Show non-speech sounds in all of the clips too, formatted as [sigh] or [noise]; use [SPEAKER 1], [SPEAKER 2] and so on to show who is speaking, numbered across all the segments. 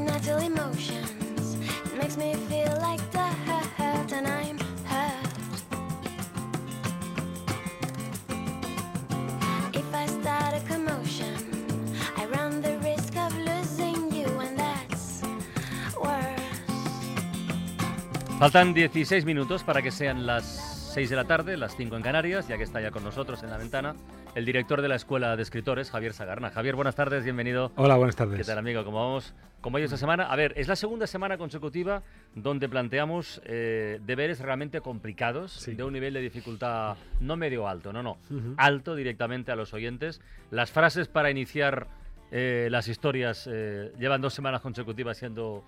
[SPEAKER 1] natural emotions. It makes me feel like that, and I'm hurt. If I start a commotion, I run the risk of losing you, and that's worse.
[SPEAKER 2] Faltan 16 minutos para que sean las 6 de la tarde, las 5 en Canarias, ya que está ya con nosotros en la ventana el director de la Escuela de Escritores, Javier Sagarna. Javier, buenas tardes, bienvenido.
[SPEAKER 3] Hola, buenas
[SPEAKER 2] ¿Qué
[SPEAKER 3] tardes.
[SPEAKER 2] tal, amigo? ¿Cómo vamos? ¿Cómo ha ido esta semana? A ver, es la segunda semana consecutiva donde planteamos eh, deberes realmente complicados,
[SPEAKER 3] Sí.
[SPEAKER 2] de un nivel de dificultad no medio alto, no, no,
[SPEAKER 3] Ujú.
[SPEAKER 2] alto directamente a los oyentes. Las frases para iniciar eh, las historias eh, llevan dos semanas consecutivas siendo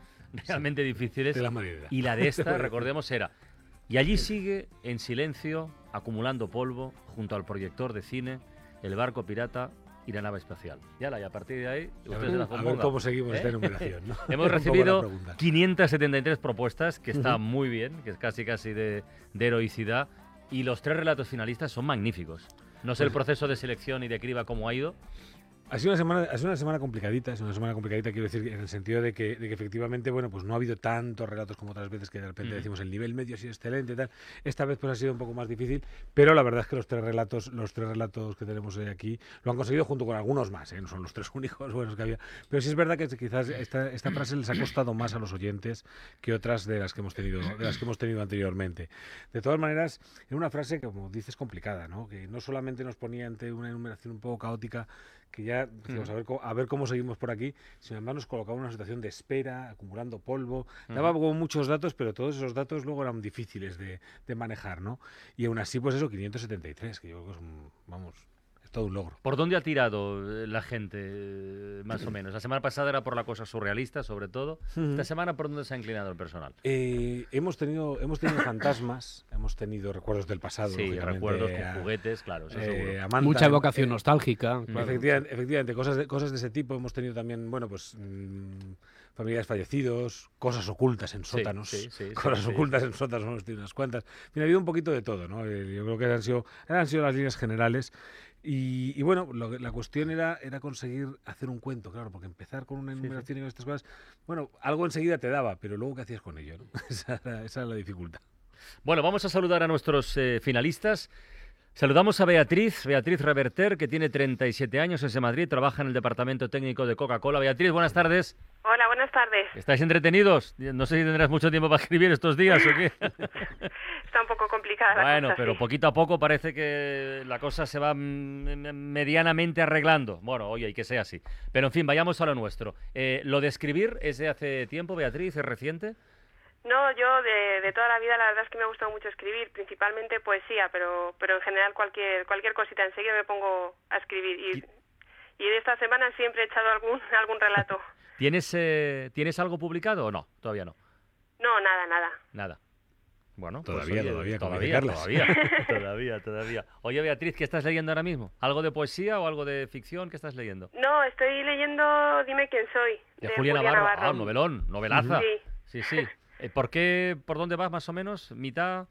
[SPEAKER 2] realmente difíciles.
[SPEAKER 3] De la manera.
[SPEAKER 2] Y la de
[SPEAKER 3] [laughs]
[SPEAKER 2] esta, recordemos, era. Y allí sigue, en silencio, acumulando polvo, junto al proyector de cine, el barco pirata y la nave espacial. Y, ala, y a partir de ahí,
[SPEAKER 3] A
[SPEAKER 2] ustedes
[SPEAKER 3] ver,
[SPEAKER 2] de la
[SPEAKER 3] a ver
[SPEAKER 2] compongan.
[SPEAKER 3] cómo seguimos
[SPEAKER 2] ¿Eh?
[SPEAKER 3] esta enumeración. ¿no? [laughs] Un
[SPEAKER 2] [laughs]
[SPEAKER 3] poco
[SPEAKER 2] Hemos
[SPEAKER 3] la
[SPEAKER 2] recibido
[SPEAKER 3] pregunta.
[SPEAKER 2] 573 propuestas, que está muy bien, que es casi casi de, de heroicidad. Y los tres relatos finalistas son magníficos. No sé el
[SPEAKER 3] Pues
[SPEAKER 2] proceso de selección y de criba cómo ha ido.
[SPEAKER 3] Ha sido, una semana, ha sido una semana complicadita, es una semana complicadita, quiero decir, en el sentido de que, de que efectivamente, bueno, pues no ha habido tantos relatos como otras veces que de repente
[SPEAKER 2] Ujú.
[SPEAKER 3] decimos el nivel medio ha sido excelente y tal. Esta vez pues ha sido un poco más difícil, pero la verdad es que los tres relatos, los tres relatos que tenemos hoy aquí lo han conseguido junto con algunos más, ¿eh? no son los tres [laughs] únicos buenos que había. Pero sí es verdad que quizás esta, esta frase les ha costado más a los oyentes que otras de las que hemos tenido, de las que hemos tenido anteriormente. De todas maneras, era una frase que, como dices, complicada, ¿no? Que no solamente nos ponía ante una enumeración un poco caótica, que ya decíamos,
[SPEAKER 2] Ujú.
[SPEAKER 3] a, ver, cómo- a ver cómo seguimos por aquí, sino además nos colocaba en una situación de espera, acumulando polvo,
[SPEAKER 2] Ujú.
[SPEAKER 3] daba como muchos datos, pero todos esos datos luego eran difíciles de, de manejar, ¿no? Y aún así, pues eso, 573, que yo creo que es un, vamos, es todo un logro.
[SPEAKER 2] ¿Por dónde ha tirado eh, la gente, eh, más o menos? La semana pasada era por la cosa surrealista, sobre todo. Esta semana, ¿por dónde se ha inclinado el personal?
[SPEAKER 3] Eh, hemos tenido,
[SPEAKER 2] [laughs]
[SPEAKER 3] hemos tenido fantasmas, hemos tenido recuerdos del pasado.
[SPEAKER 2] Sí,
[SPEAKER 3] Ah, lógicamente,
[SPEAKER 2] recuerdos
[SPEAKER 3] a-
[SPEAKER 2] con juguetes, claro, eso
[SPEAKER 3] eh,
[SPEAKER 2] seguro.
[SPEAKER 3] Amanda,
[SPEAKER 4] Mucha
[SPEAKER 3] eh,
[SPEAKER 4] evocación
[SPEAKER 3] eh,
[SPEAKER 4] nostálgica. claro.
[SPEAKER 3] Efectivamente, efectivamente, cosas de, cosas de ese tipo hemos tenido también, bueno, pues mm, familiares fallecidos, cosas ocultas en
[SPEAKER 2] Sí,
[SPEAKER 3] sótanos,
[SPEAKER 2] sí, sí, sí,
[SPEAKER 3] [laughs] cosas
[SPEAKER 2] sí.
[SPEAKER 3] ocultas en sótanos, hemos tenido unas cuantas. Mira, ha habido un poquito de todo, ¿no? Eh, Yo creo que han sido, han sido las líneas generales. Y, y bueno, lo que- la cuestión era, era conseguir hacer un cuento, claro, porque empezar con una enumeración y con estas cosas, bueno, algo enseguida te daba, pero luego ¿qué hacías con ello? no? [laughs] esa, era, esa era la dificultad.
[SPEAKER 2] Bueno, vamos a saludar a nuestros eh, finalistas. Saludamos a Beatriz, Beatriz Reverter, que tiene 37 años, es de Madrid, trabaja en el departamento técnico de Coca-Cola. Beatriz, buenas tardes.
[SPEAKER 5] Hola, buenas tardes.
[SPEAKER 2] ¿Estáis entretenidos? No sé si tendrás mucho tiempo para escribir estos días o qué.
[SPEAKER 5] Está un poco complicada la
[SPEAKER 2] bueno,
[SPEAKER 5] cosa,
[SPEAKER 2] pero
[SPEAKER 5] sí.
[SPEAKER 2] poquito a poco parece que la cosa se va mm, medianamente arreglando. Bueno, oye, y que sea así. Pero en fin, vayamos a lo nuestro. Eh, ¿Lo de escribir es de hace tiempo, Beatriz? ¿Es reciente?
[SPEAKER 5] No, yo de, de toda la vida la verdad es que me ha gustado mucho escribir, principalmente poesía, pero pero en general cualquier cualquier cosita enseguida me pongo a escribir y y de esta semana siempre he echado algún [laughs] algún relato.
[SPEAKER 2] ¿Tienes, eh, ¿Tienes algo publicado o no? Todavía no.
[SPEAKER 5] No, nada, nada.
[SPEAKER 2] Nada. Bueno, pues
[SPEAKER 3] Todavía, todavía, como dice
[SPEAKER 2] todavía,
[SPEAKER 3] Carlos.
[SPEAKER 2] todavía,
[SPEAKER 3] [laughs]
[SPEAKER 2] todavía, todavía. Oye, Beatriz, ¿qué estás leyendo ahora mismo? ¿Algo de poesía o algo de ficción? ¿Qué estás leyendo?
[SPEAKER 5] No, estoy leyendo Dime quién soy
[SPEAKER 2] De, Julia, Navarro. Ah, novelón, novelaza.
[SPEAKER 5] Sí.
[SPEAKER 2] Sí, sí. Eh, ¿Por qué, por dónde vas más o menos? ¿Mitad?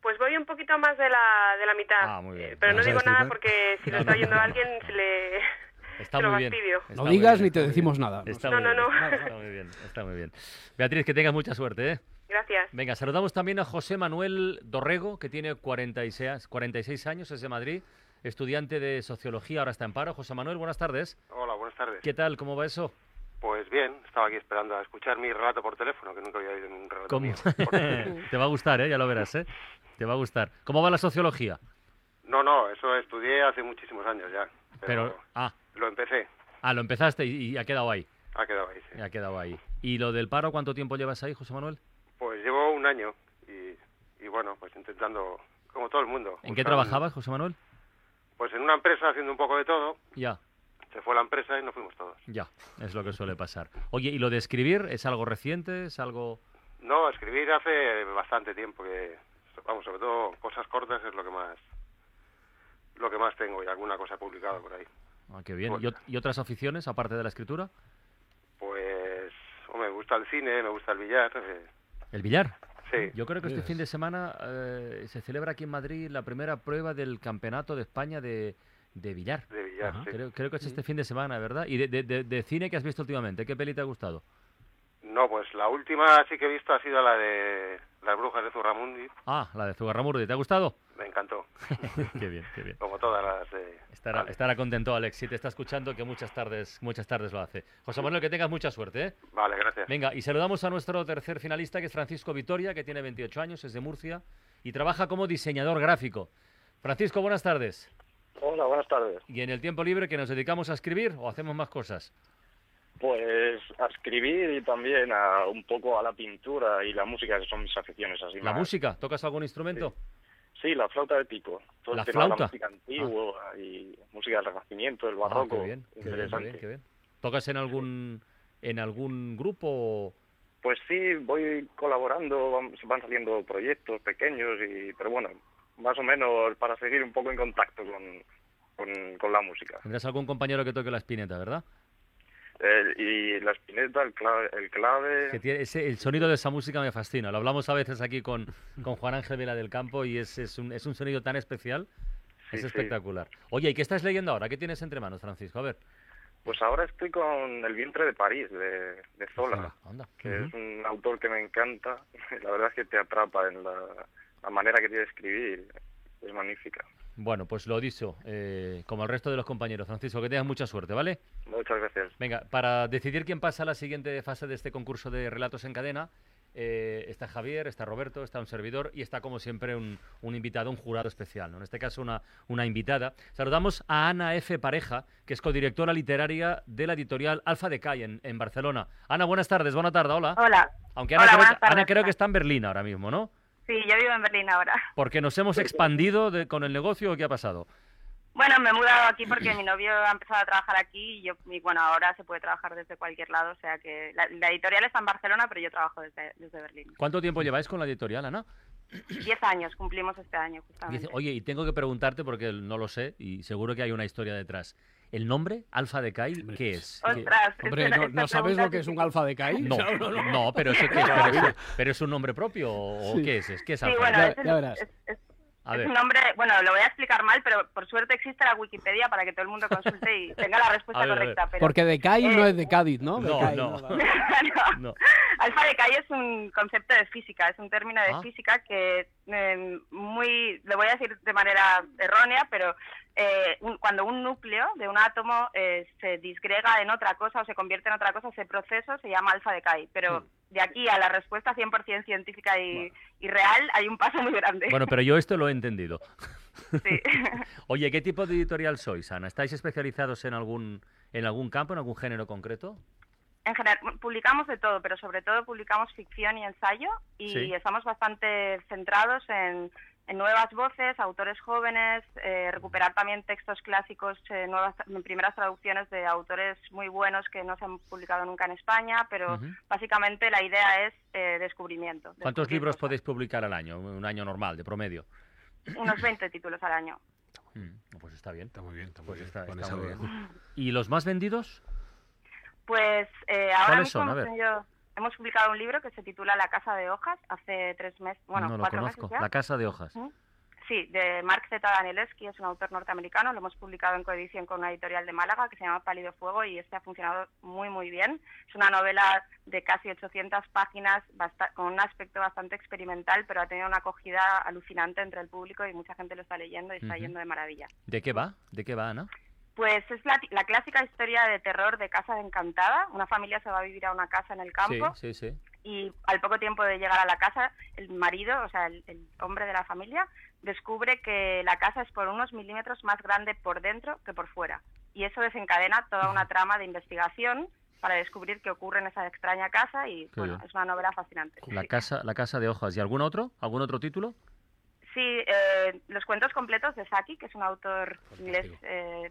[SPEAKER 5] Pues voy un poquito más de la de la mitad.
[SPEAKER 2] Ah, muy bien.
[SPEAKER 5] Eh, Pero no
[SPEAKER 3] ¿Vas a
[SPEAKER 5] digo nada
[SPEAKER 3] explicar?
[SPEAKER 5] porque si lo
[SPEAKER 2] No,
[SPEAKER 5] está
[SPEAKER 2] no,
[SPEAKER 5] oyendo
[SPEAKER 2] no, no.
[SPEAKER 5] alguien se le [laughs]
[SPEAKER 2] Está
[SPEAKER 5] se lo
[SPEAKER 2] muy bien.
[SPEAKER 5] fastidio.
[SPEAKER 2] Está
[SPEAKER 4] No
[SPEAKER 2] muy
[SPEAKER 4] digas
[SPEAKER 2] bien,
[SPEAKER 4] ni
[SPEAKER 2] está
[SPEAKER 4] te
[SPEAKER 2] muy
[SPEAKER 4] decimos
[SPEAKER 2] bien.
[SPEAKER 4] nada.
[SPEAKER 2] Está
[SPEAKER 5] No,
[SPEAKER 2] muy
[SPEAKER 5] no,
[SPEAKER 2] bien,
[SPEAKER 5] no.
[SPEAKER 2] Está muy bien, está muy bien. Beatriz, que tengas mucha suerte, ¿eh?
[SPEAKER 5] Gracias.
[SPEAKER 2] Venga, saludamos también a José Manuel Dorrego, que tiene 46, 46 años, es de Madrid, estudiante de sociología, ahora está en paro. José Manuel, buenas tardes.
[SPEAKER 6] Hola, buenas tardes.
[SPEAKER 2] ¿Qué tal? ¿Cómo va eso?
[SPEAKER 6] Pues bien, estaba aquí esperando a escuchar mi relato por teléfono, que nunca había oído un relato
[SPEAKER 2] ¿Cómo?
[SPEAKER 6] mío. Por-
[SPEAKER 2] [laughs] Te va a gustar, ¿eh? ya lo verás. ¿eh? Te va a gustar. ¿Cómo va la sociología?
[SPEAKER 6] No, no, eso estudié hace muchísimos años ya. Pero,
[SPEAKER 2] Pero, ah,
[SPEAKER 6] lo empecé,
[SPEAKER 2] ah, lo empezaste y, y ha quedado ahí.
[SPEAKER 6] ha quedado ahí. sí.
[SPEAKER 2] Ha quedado ahí. ¿Y lo del paro, cuánto tiempo llevas ahí, José Manuel?
[SPEAKER 6] Pues llevo un año y, y bueno, pues intentando, como todo el mundo.
[SPEAKER 2] ¿En qué
[SPEAKER 6] buscar-
[SPEAKER 2] trabajabas, José Manuel?
[SPEAKER 6] Pues en una empresa haciendo un poco de todo.
[SPEAKER 2] Ya,
[SPEAKER 6] Se fue la empresa y nos fuimos todos.
[SPEAKER 2] ya, es lo que suele pasar. Oye, ¿y lo de escribir es algo reciente? ¿Es algo...?
[SPEAKER 6] No, escribir hace bastante tiempo que, vamos, sobre todo cosas cortas es lo que más, lo que más tengo y alguna cosa publicada por ahí.
[SPEAKER 2] Ah, qué
[SPEAKER 7] Pues
[SPEAKER 2] bien. ¿Y, ot- y otras aficiones, aparte de la escritura?
[SPEAKER 6] Pues, o me gusta el cine, me gusta el billar. eh,
[SPEAKER 2] ¿El billar?
[SPEAKER 7] Sí.
[SPEAKER 2] Yo creo que este
[SPEAKER 3] Verás.
[SPEAKER 2] fin de semana eh, se celebra aquí en Madrid la primera prueba del Campeonato de España de, de billar.
[SPEAKER 7] De billar, sí.
[SPEAKER 2] Creo, creo que es este fin de semana, ¿verdad? ¿Y de, de- de- de cine que has visto últimamente? ¿Qué peli te ha gustado?
[SPEAKER 7] No, pues la última sí que he visto ha sido la de las brujas de Zurramundi.
[SPEAKER 2] Ah, la de Zugarramurdi. ¿Te
[SPEAKER 7] [laughs]
[SPEAKER 2] ha gustado?
[SPEAKER 7] Me
[SPEAKER 2] [laughs]
[SPEAKER 7] encantó,
[SPEAKER 2] qué bien, qué bien.
[SPEAKER 7] como todas las de...
[SPEAKER 2] Estará,
[SPEAKER 7] Vale.
[SPEAKER 2] estará contento Alex, si te está escuchando, que muchas tardes, muchas tardes lo hace. José Manuel, que tengas mucha suerte, ¿eh?
[SPEAKER 7] Vale, gracias.
[SPEAKER 2] Venga, y saludamos a nuestro tercer finalista, que es Francisco Vitoria, que tiene 28 años, es de Murcia y trabaja como diseñador gráfico. Francisco, buenas tardes.
[SPEAKER 6] Hola, buenas tardes.
[SPEAKER 2] ¿Y en el tiempo libre que nos dedicamos a escribir o hacemos más cosas?
[SPEAKER 6] Pues a escribir y también a, un poco a la pintura y la música, que son mis aficiones así.
[SPEAKER 2] ¿La
[SPEAKER 6] más.
[SPEAKER 2] música? ¿Tocas algún instrumento?
[SPEAKER 6] Sí, la flauta de pico. Todo
[SPEAKER 2] ¿La
[SPEAKER 6] el tema de
[SPEAKER 2] flauta?
[SPEAKER 6] la música antigua y música del Renacimiento, el
[SPEAKER 2] Ah,
[SPEAKER 6] barroco.
[SPEAKER 2] qué bien, qué bien, qué
[SPEAKER 6] interesante.
[SPEAKER 2] bien, qué bien. ¿Tocas en algún, en algún grupo?
[SPEAKER 6] Pues sí, voy colaborando, van, van saliendo proyectos pequeños, y, pero bueno, más o menos para seguir un poco en contacto con, con, con la música.
[SPEAKER 2] Tendrás algún compañero que toque la espineta, ¿verdad?
[SPEAKER 6] El- Eh, y la espineta, el clave... El clave
[SPEAKER 2] Que tiene ese- el sonido de esa música me fascina. Lo hablamos a veces aquí con, con Juan Ángel Vela del Campo y es, es, un, es un sonido tan especial.
[SPEAKER 6] Sí,
[SPEAKER 2] Es
[SPEAKER 6] sí.
[SPEAKER 2] espectacular. Oye, ¿y qué estás leyendo ahora? ¿Qué tienes entre manos, Francisco? A ver.
[SPEAKER 6] Pues ahora estoy con El vientre de París, de, de Zola.
[SPEAKER 2] Anda.
[SPEAKER 6] que es un autor que me encanta. [laughs] La verdad es que te atrapa en la, la manera que tiene de escribir. Es magnífica.
[SPEAKER 2] Bueno, pues lo dicho, eh, como el resto de los compañeros. Francisco, que tengas mucha suerte, ¿vale?
[SPEAKER 6] Muchas gracias.
[SPEAKER 2] Venga, para decidir quién pasa a la siguiente fase de este concurso de relatos en cadena, eh, está Javier, está Roberto, está un servidor y está, como siempre, un, un invitado, un jurado especial. ¿no? En este caso, una, una invitada. Saludamos a Ana F. Pareja, que es codirectora literaria de la editorial Alfa de Cay en, en Barcelona. Ana, buenas tardes, buena tarde, hola.
[SPEAKER 5] Hola.
[SPEAKER 2] Aunque Ana, creo,
[SPEAKER 5] hola,
[SPEAKER 2] que-
[SPEAKER 5] buenas tardes.
[SPEAKER 2] Ana creo que está en Berlín ahora mismo, ¿no?
[SPEAKER 5] Sí, yo vivo en Berlín ahora.
[SPEAKER 2] Porque nos hemos expandido de- con el negocio, ¿o ¿qué ha pasado?
[SPEAKER 5] Bueno, me he mudado aquí porque mi novio ha empezado a trabajar aquí y, yo, y bueno, ahora se puede trabajar desde cualquier lado. O sea que la, la editorial está en Barcelona, pero yo trabajo desde, desde Berlín.
[SPEAKER 2] ¿Cuánto tiempo lleváis con la editorial, Ana?
[SPEAKER 5] Diez años, cumplimos este año justamente.
[SPEAKER 2] Dice, oye, y tengo que preguntarte porque no lo sé y seguro que hay una historia detrás. ¿El nombre, Alfa de Kai, qué es? ¿Qué-
[SPEAKER 5] Ostras,
[SPEAKER 4] Hombre,
[SPEAKER 5] esta-
[SPEAKER 4] ¿no,
[SPEAKER 5] esta
[SPEAKER 4] no sabes
[SPEAKER 5] pregunta
[SPEAKER 4] lo que es un alfa de Kai?
[SPEAKER 2] [laughs] No, no, pero, eso [laughs] qué es, pero, es, pero es un nombre propio o o
[SPEAKER 4] Sí.
[SPEAKER 2] qué es, es, ¿Qué es
[SPEAKER 5] Sí,
[SPEAKER 2] Alfa de
[SPEAKER 5] bueno,
[SPEAKER 2] Kai?
[SPEAKER 4] Ya-
[SPEAKER 5] es, el-
[SPEAKER 4] ya verás.
[SPEAKER 5] es- es-
[SPEAKER 2] A
[SPEAKER 5] es
[SPEAKER 2] ver,
[SPEAKER 5] un nombre, bueno, lo voy a explicar mal, pero por suerte existe la Wikipedia para que todo el mundo consulte y tenga la respuesta
[SPEAKER 2] A ver, a ver.
[SPEAKER 5] correcta. Pero...
[SPEAKER 4] Porque de Kai
[SPEAKER 5] Eh,
[SPEAKER 4] no es de Cádiz, ¿no? De
[SPEAKER 2] No,
[SPEAKER 4] Kai,
[SPEAKER 2] no.
[SPEAKER 4] vale.
[SPEAKER 5] No.
[SPEAKER 2] [laughs] no.
[SPEAKER 5] Alfa de calle es un concepto de física, es un término de
[SPEAKER 2] Ah.
[SPEAKER 5] física que eh, muy, lo voy a decir de manera errónea, pero eh, un- cuando un núcleo de un átomo eh, se disgrega en otra cosa o se convierte en otra cosa, ese proceso se llama alfa de Kai.
[SPEAKER 2] Hmm.
[SPEAKER 5] Pero de aquí a la respuesta 100% científica y, y real hay un paso muy grande.
[SPEAKER 2] Bueno, pero yo esto lo he entendido.
[SPEAKER 5] [laughs]
[SPEAKER 2] [laughs]
[SPEAKER 5] Sí.
[SPEAKER 2] Oye, ¿qué tipo de editorial sois, Ana? ¿Estáis especializados en algún, en algún campo, en algún género concreto?
[SPEAKER 5] En general, publicamos de todo, pero sobre todo publicamos ficción y ensayo y
[SPEAKER 2] Sí.
[SPEAKER 5] estamos bastante centrados en, en nuevas voces, autores jóvenes, eh, recuperar también textos clásicos, eh, nuevas primeras traducciones de autores muy buenos que no se han publicado nunca en España, pero
[SPEAKER 2] Ujú.
[SPEAKER 5] básicamente la idea es eh, descubrimiento.
[SPEAKER 2] ¿Cuántos
[SPEAKER 5] descubrir
[SPEAKER 2] libros
[SPEAKER 5] cosas.
[SPEAKER 2] podéis publicar al año? Un año normal, de promedio.
[SPEAKER 5] Unos 20 títulos al año.
[SPEAKER 2] Mm, Pues está bien.
[SPEAKER 3] Está muy bien, está muy
[SPEAKER 2] Pues
[SPEAKER 3] bien.
[SPEAKER 2] está-
[SPEAKER 3] Con
[SPEAKER 2] está
[SPEAKER 3] esa-
[SPEAKER 2] muy bien. ¿Y los más vendidos?
[SPEAKER 5] Pues eh, ahora
[SPEAKER 2] ¿Cuáles son?
[SPEAKER 5] mismo
[SPEAKER 2] A
[SPEAKER 5] hemos,
[SPEAKER 2] ver.
[SPEAKER 5] tenido- hemos publicado un libro que se titula La Casa de Hojas hace tres meses, bueno,
[SPEAKER 2] no lo
[SPEAKER 5] cuatro
[SPEAKER 2] conozco.
[SPEAKER 5] meses ya.
[SPEAKER 2] La Casa de Hojas.
[SPEAKER 5] Sí, de Mark Z. Danielewski, es un autor norteamericano. Lo hemos publicado en coedición con una editorial de Málaga que se llama Pálido Fuego y este ha funcionado muy, muy bien. Es una novela de casi 800 páginas basta- con un aspecto bastante experimental, pero ha tenido una acogida alucinante entre el público y mucha gente lo está leyendo y está
[SPEAKER 2] Ujú.
[SPEAKER 5] yendo de maravilla.
[SPEAKER 2] ¿De qué va? ¿De qué va, Ana?
[SPEAKER 5] Pues es la, la clásica historia de terror de Casa Encantada. Una familia se va a vivir a una casa en el campo
[SPEAKER 2] Sí, sí, sí.
[SPEAKER 5] y al poco tiempo de llegar a la casa, el marido, o sea, el, el hombre de la familia, descubre que la casa es por unos milímetros más grande por dentro que por fuera. Y eso desencadena toda una trama de investigación para descubrir qué ocurre en esa extraña casa y
[SPEAKER 2] Qué
[SPEAKER 5] bueno,
[SPEAKER 2] bien.
[SPEAKER 5] es una novela fascinante.
[SPEAKER 2] La
[SPEAKER 5] sí.
[SPEAKER 2] casa, la casa de hojas. ¿Y algún otro? ¿Algún otro título?
[SPEAKER 5] Sí, eh, los cuentos completos de Saki, que es un autor inglés eh,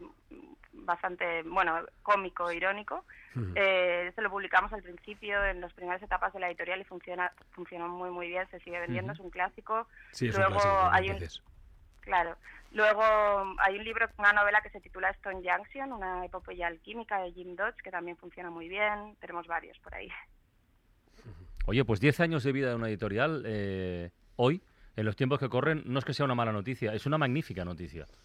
[SPEAKER 5] bastante, bueno, cómico, irónico. Eh, se lo publicamos al principio, en las primeras etapas de la editorial y funciona, funcionó muy, muy bien, se sigue vendiendo, es un clásico.
[SPEAKER 3] [laughs] Sí, es un
[SPEAKER 5] Luego
[SPEAKER 3] clásico. como
[SPEAKER 5] hay un-
[SPEAKER 3] dices.
[SPEAKER 5] Claro. Luego mm, hay un libro, una novela que se titula Stone Junction, una epopeya alquímica de Jim Dodge, que también funciona muy bien. Tenemos varios por ahí.
[SPEAKER 2] Oye, pues 10 años de vida de una editorial eh, hoy, en los tiempos que corren, no es que sea una mala noticia, es una magnífica noticia.
[SPEAKER 5] [laughs]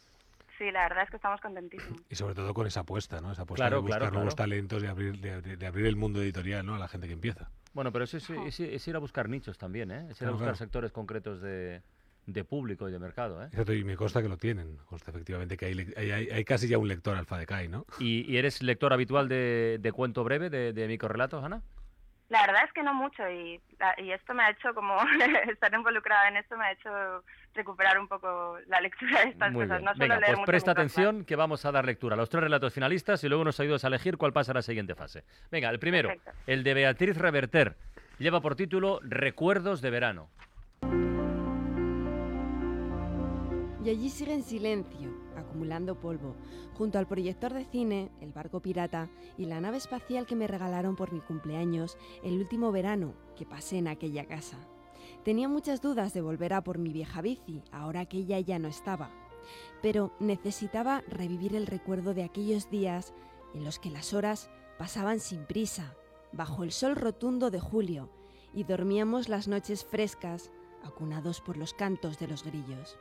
[SPEAKER 5] Sí, la verdad es que estamos contentísimos.
[SPEAKER 2] [clears throat]
[SPEAKER 3] Y sobre todo con esa apuesta, ¿no? Esa apuesta
[SPEAKER 2] Claro,
[SPEAKER 3] de buscar
[SPEAKER 2] claro,
[SPEAKER 3] nuevos
[SPEAKER 2] claro.
[SPEAKER 3] talentos, de abrir, de, abrir- de abrir el mundo editorial, ¿no? A la gente que empieza.
[SPEAKER 2] Bueno, pero eso es, es- es ir a buscar nichos también, ¿eh? Es ir a
[SPEAKER 3] Claro,
[SPEAKER 2] buscar
[SPEAKER 3] claro.
[SPEAKER 2] sectores concretos de, de público y de mercado, ¿eh?
[SPEAKER 3] Exacto, y me consta que lo tienen. me Consta efectivamente que hay, le- hay, hay- hay casi ya un lector alfa de Kai, ¿no?
[SPEAKER 2] ¿Y, y eres lector habitual de, de cuento breve, de, de microrelatos, Ana?
[SPEAKER 5] La verdad es que no mucho y, la- y esto me ha hecho como [laughs] estar involucrada en esto me ha hecho recuperar un poco la lectura de estas
[SPEAKER 2] Muy
[SPEAKER 5] cosas.
[SPEAKER 2] bien.
[SPEAKER 5] No solo
[SPEAKER 2] Venga,
[SPEAKER 5] leer
[SPEAKER 2] pues
[SPEAKER 5] mucho
[SPEAKER 2] presta
[SPEAKER 5] mientras
[SPEAKER 2] atención que vamos a dar lectura a los tres relatos finalistas y luego nos ayudas a elegir cuál pasa a la siguiente fase. Venga, el primero,
[SPEAKER 5] Perfecto.
[SPEAKER 2] el de Beatriz Reverter. Lleva por título Recuerdos de verano.
[SPEAKER 4] Y allí sigue en silencio, acumulando polvo, junto al proyector de cine, el barco pirata y la nave espacial que me regalaron por mi cumpleaños el último verano que pasé en aquella casa. Tenía muchas dudas de volver a por mi vieja bici, ahora que ella ya no estaba. Pero necesitaba revivir el recuerdo de aquellos días en los que las horas pasaban sin prisa, bajo el sol rotundo de julio, y dormíamos las noches frescas, acunados por los cantos de los grillos.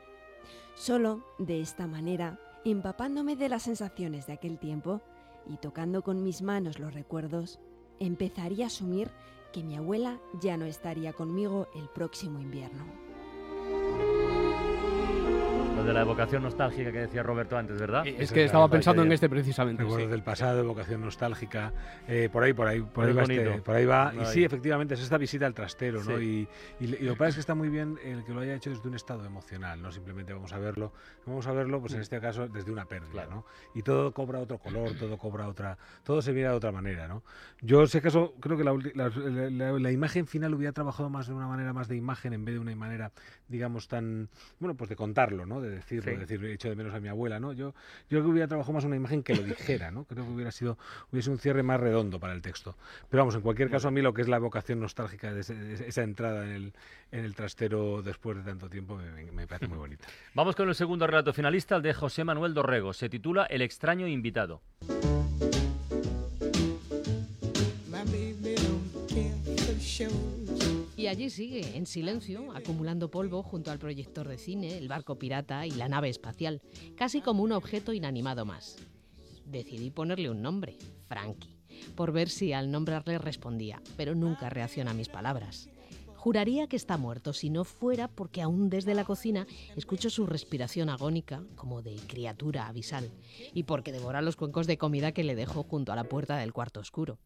[SPEAKER 4] Solo, de esta manera, empapándome de las sensaciones de aquel tiempo y tocando con mis manos los recuerdos, empezaría a asumir que mi abuela ya no estaría conmigo el próximo invierno.
[SPEAKER 2] Lo de la evocación nostálgica que decía Roberto antes, ¿verdad?
[SPEAKER 3] Eh,
[SPEAKER 8] Es
[SPEAKER 3] Esa
[SPEAKER 8] que
[SPEAKER 3] es la
[SPEAKER 8] estaba
[SPEAKER 3] verdad,
[SPEAKER 8] pensando
[SPEAKER 3] ya,
[SPEAKER 8] en
[SPEAKER 3] ya.
[SPEAKER 8] este precisamente.
[SPEAKER 3] Recuerdos
[SPEAKER 8] sí.
[SPEAKER 3] del pasado, evocación nostálgica. eh, por ahí, por ahí, por
[SPEAKER 2] Es
[SPEAKER 3] ahí va. este-
[SPEAKER 2] bonito.
[SPEAKER 3] por ahí va. Y
[SPEAKER 2] Ahí.
[SPEAKER 3] sí, efectivamente, es esta visita al trastero, ¿no?
[SPEAKER 2] Sí.
[SPEAKER 3] Y, y le- y lo que pasa es que está muy bien el que lo haya hecho desde un estado emocional, no simplemente vamos a verlo. Vamos a verlo, pues en este caso, desde una pérdida,
[SPEAKER 2] Claro.
[SPEAKER 3] ¿no? Y todo cobra otro color, todo cobra otra. Todo se mira de otra manera, ¿no? Yo, si acaso, creo que la, ulti- la- la- la imagen final hubiera trabajado más de una manera más de imagen en vez de una manera, digamos, tan. Bueno, pues de contarlo, ¿no? De decirlo,
[SPEAKER 2] Sí.
[SPEAKER 3] de decir, he hecho de menos a mi abuela, ¿no? Yo, yo creo que hubiera trabajado más una imagen que lo dijera, ¿no? Creo que hubiera sido hubiese un cierre más redondo para el texto. Pero vamos, en cualquier caso, a mí lo que es la vocación nostálgica de, ese- de esa entrada en el, en el trastero después de tanto tiempo me, me- me parece muy bonita.
[SPEAKER 2] Vamos con el segundo relato finalista, el de José Manuel Dorrego. Se titula El extraño
[SPEAKER 3] [laughs]
[SPEAKER 2] invitado.
[SPEAKER 9] Y allí sigue, en silencio, acumulando polvo junto al proyector de cine, el barco pirata y la nave espacial, casi como un objeto inanimado más. Decidí ponerle un nombre, Frankie, por ver si al nombrarle respondía, pero nunca reacciona a mis palabras. Juraría que está muerto si no fuera porque aún desde la cocina escucho su respiración agónica como de criatura abisal y porque devora los cuencos de comida que le dejó junto a la puerta del cuarto oscuro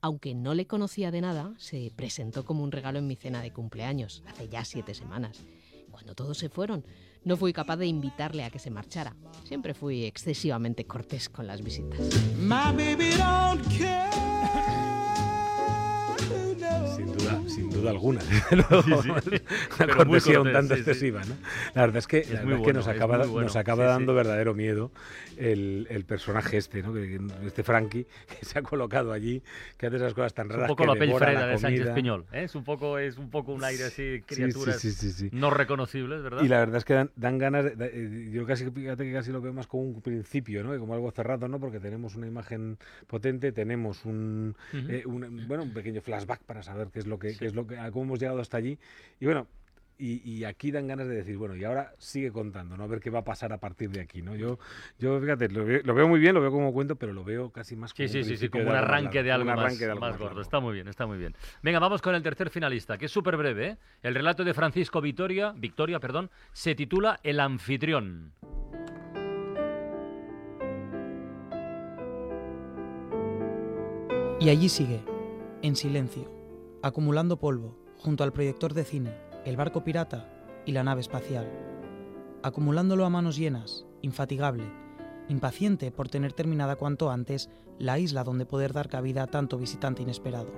[SPEAKER 9] aunque no le conocía de nada, se presentó como un regalo en mi cena de cumpleaños, hace ya siete semanas. Cuando todos se fueron, no fui capaz de invitarle a que se marchara. Siempre fui excesivamente cortés con las visitas.
[SPEAKER 3] Sin duda, sin duda alguna. desde luego. Una [laughs]
[SPEAKER 2] Pero muy
[SPEAKER 3] cortesía un
[SPEAKER 2] cortés,
[SPEAKER 3] tanto
[SPEAKER 2] sí, sí.
[SPEAKER 3] excesiva, ¿no? La verdad es que, la
[SPEAKER 2] muy
[SPEAKER 3] verdad es que
[SPEAKER 2] bueno,
[SPEAKER 3] nos
[SPEAKER 2] es
[SPEAKER 3] acaba,
[SPEAKER 2] muy bueno.
[SPEAKER 3] nos acaba
[SPEAKER 2] Sí,
[SPEAKER 3] dando
[SPEAKER 2] sí.
[SPEAKER 3] verdadero miedo el, el personaje este, ¿no? Que- que- Este Frankie [laughs] que se ha colocado allí, que hace esas cosas tan
[SPEAKER 2] Es un
[SPEAKER 3] raras
[SPEAKER 2] poco
[SPEAKER 3] que
[SPEAKER 2] la pelfreda
[SPEAKER 3] devora la
[SPEAKER 2] de Sánchez
[SPEAKER 3] comida.
[SPEAKER 2] Piñol. ¿eh? Es, un poco, es un poco un aire así,
[SPEAKER 3] Sí, sí,
[SPEAKER 2] criaturas
[SPEAKER 3] sí, sí, sí.
[SPEAKER 2] no reconocibles, ¿verdad?
[SPEAKER 3] Y la verdad es que dan, dan ganas, de- de- eh, yo casi, fíjate que casi lo veo más como un principio, ¿no? Que Como algo cerrado, ¿no? Porque tenemos una imagen potente, tenemos un,
[SPEAKER 2] Ujú.
[SPEAKER 3] eh, un- bueno, un pequeño flashback para saber qué es lo que, qué es lo que, a cómo hemos llegado hasta allí. Y bueno, y, y aquí dan ganas de decir, bueno, y ahora sigue contando, ¿no? A ver qué va a pasar a partir de aquí, ¿no? Yo, yo fíjate, lo veo, lo veo muy bien, lo veo como cuento, pero lo veo casi más como
[SPEAKER 2] Sí, sí, sí,
[SPEAKER 3] un
[SPEAKER 2] sí,
[SPEAKER 3] principio
[SPEAKER 2] como un
[SPEAKER 3] algo más
[SPEAKER 2] arranque de
[SPEAKER 3] largo,
[SPEAKER 2] algo
[SPEAKER 3] como un
[SPEAKER 2] más,
[SPEAKER 3] arranque de algo
[SPEAKER 2] más
[SPEAKER 3] más
[SPEAKER 2] gordo.
[SPEAKER 3] largo.
[SPEAKER 2] Está muy bien, está muy bien. Venga, vamos con el tercer finalista, que es súper breve. ¿eh? El relato de Francisco Victoria, Victoria perdón, se titula El anfitrión.
[SPEAKER 9] Y allí sigue, en silencio, acumulando polvo, junto al proyector de cine, el barco pirata y la nave espacial. Acumulándolo a manos llenas, infatigable, impaciente por tener terminada cuanto antes la isla donde poder dar cabida a tanto visitante inesperado.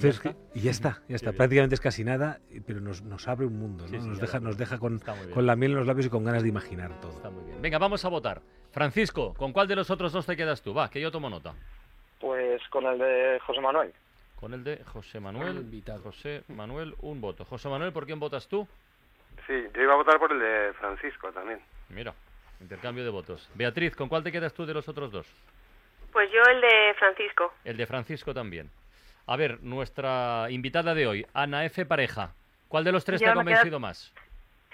[SPEAKER 2] Y ya
[SPEAKER 3] es que-
[SPEAKER 2] está.
[SPEAKER 3] y ya está, ya está.
[SPEAKER 2] bien.
[SPEAKER 3] Prácticamente es casi nada, eh, pero nos, nos abre un mundo,
[SPEAKER 2] Sí,
[SPEAKER 3] ¿no?
[SPEAKER 2] sí,
[SPEAKER 3] nos,
[SPEAKER 2] ya
[SPEAKER 3] deja,
[SPEAKER 2] lo
[SPEAKER 3] nos
[SPEAKER 2] creo.
[SPEAKER 3] deja con,
[SPEAKER 2] Está muy bien.
[SPEAKER 3] con la miel en los labios y con ganas de imaginar todo.
[SPEAKER 2] Está muy bien. Venga, vamos a votar. Francisco, ¿con cuál de los otros dos te quedas tú? Va, que yo tomo nota.
[SPEAKER 6] Pues con el de José Manuel.
[SPEAKER 2] Con el de José Manuel.
[SPEAKER 8] Invitado.
[SPEAKER 2] José Manuel, un voto. José Manuel, ¿por quién votas tú?
[SPEAKER 7] Sí, yo iba a votar por el de Francisco también.
[SPEAKER 2] Mira, intercambio de votos. Beatriz, ¿con cuál te quedas tú de los otros dos?
[SPEAKER 10] Pues yo el de Francisco.
[SPEAKER 2] El de Francisco también. A ver, nuestra invitada de hoy, Ana F. Pareja. ¿Cuál de los tres
[SPEAKER 10] Yo
[SPEAKER 2] te ha
[SPEAKER 10] me quedo-
[SPEAKER 2] convencido más?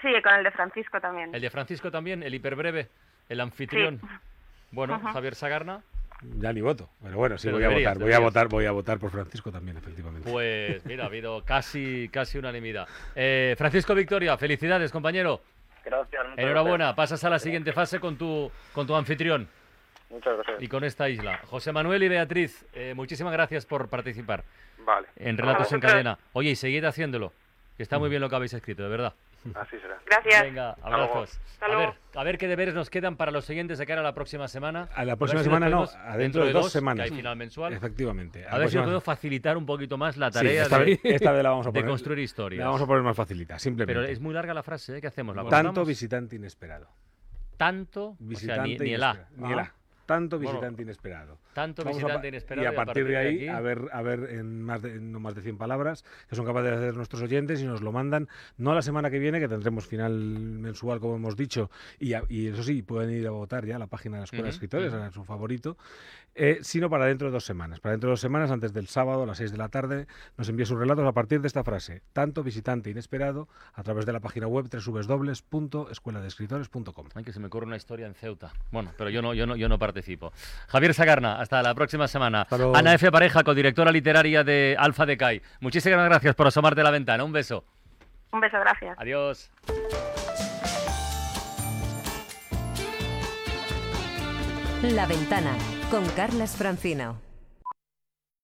[SPEAKER 5] Sí, con el de Francisco también.
[SPEAKER 2] ¿El de Francisco también? ¿El hiperbreve? ¿El anfitrión? Bueno,
[SPEAKER 5] Ajá.
[SPEAKER 2] Javier Sagarna,
[SPEAKER 3] Ya ni voto. Pero bueno, sí,
[SPEAKER 2] Pero
[SPEAKER 3] voy a
[SPEAKER 2] deberías,
[SPEAKER 3] votar. Voy a
[SPEAKER 2] deberías.
[SPEAKER 3] votar, voy a votar por Francisco también, efectivamente.
[SPEAKER 2] pues mira, ha habido casi, casi unanimidad. Eh, Francisco Victoria, felicidades, compañero.
[SPEAKER 6] Gracias. muchas
[SPEAKER 2] Enhorabuena, pasas a la siguiente fase con tu, con tu anfitrión
[SPEAKER 6] gracias. Muchas gracias.
[SPEAKER 2] y con esta isla. José Manuel y Beatriz, eh, muchísimas gracias por participar
[SPEAKER 7] Vale.
[SPEAKER 2] en Relatos en
[SPEAKER 10] vosotros.
[SPEAKER 2] Cadena. Oye, y seguid haciéndolo, que está muy bien lo que habéis escrito, de verdad.
[SPEAKER 7] Así será.
[SPEAKER 10] Gracias.
[SPEAKER 2] Venga,
[SPEAKER 7] luego.
[SPEAKER 2] abrazos.
[SPEAKER 10] Hasta
[SPEAKER 2] A ver,
[SPEAKER 10] luego.
[SPEAKER 2] a ver qué deberes nos quedan para los siguientes de cara a la próxima semana.
[SPEAKER 3] A la
[SPEAKER 2] ver
[SPEAKER 3] próxima
[SPEAKER 2] si nos
[SPEAKER 3] semana no,
[SPEAKER 2] podemos-
[SPEAKER 3] adentro de dos semanas.
[SPEAKER 2] Que hay final mensual.
[SPEAKER 3] Efectivamente.
[SPEAKER 2] A ver si os puedo
[SPEAKER 3] Aproximadamente.
[SPEAKER 2] facilitar un poquito más la
[SPEAKER 3] Sí,
[SPEAKER 2] tarea
[SPEAKER 3] esta,
[SPEAKER 2] ¿eh? de, [laughs]
[SPEAKER 3] vez- esta vez la vamos a
[SPEAKER 2] de
[SPEAKER 3] poner.
[SPEAKER 2] construir historias.
[SPEAKER 3] La vamos a poner más facilita, simplemente.
[SPEAKER 2] Pero es muy larga la frase, ¿eh? ¿qué hacemos? ¿La
[SPEAKER 3] Tanto
[SPEAKER 2] cortamos?
[SPEAKER 3] visitante inesperado.
[SPEAKER 2] tanto, o sea,
[SPEAKER 3] Visitante
[SPEAKER 2] ni, ni el A. Ah.
[SPEAKER 3] inesperado. Ni el A. Tanto visitante inesperado.
[SPEAKER 2] Tanto
[SPEAKER 3] Vamos a
[SPEAKER 2] visitante
[SPEAKER 3] pa-
[SPEAKER 2] inesperado.
[SPEAKER 3] Y a partir de ahí,
[SPEAKER 2] aquí-
[SPEAKER 3] a ver, a ver en, más de, en no más de 100 palabras, que son capaces de hacer nuestros oyentes y nos lo mandan, no la semana que viene, que tendremos final mensual, como hemos dicho, y, a- y eso sí, pueden ir a votar ya a la página de la Escuela de
[SPEAKER 2] Ujú,
[SPEAKER 3] Escritores,
[SPEAKER 2] ujú.
[SPEAKER 3] a su favorito, eh, sino para dentro de dos semanas. Para dentro de dos semanas, antes del sábado a las 6 de la tarde, nos envía sus relatos a partir de esta frase, tanto visitante inesperado, a través de la página web www.escueladescritores.com.
[SPEAKER 2] Ay, que se me ocurre una historia en Ceuta. Bueno, pero yo no, yo no, yo no participo. Javier Sagarna, hasta la próxima semana.
[SPEAKER 3] Hasta luego.
[SPEAKER 2] Ana F. Pareja, codirectora literaria de Alfa de Cai. Muchísimas gracias por asomarte a la ventana. Un beso.
[SPEAKER 5] Un beso, gracias.
[SPEAKER 2] Adiós.
[SPEAKER 11] La ventana con Carlas Francino.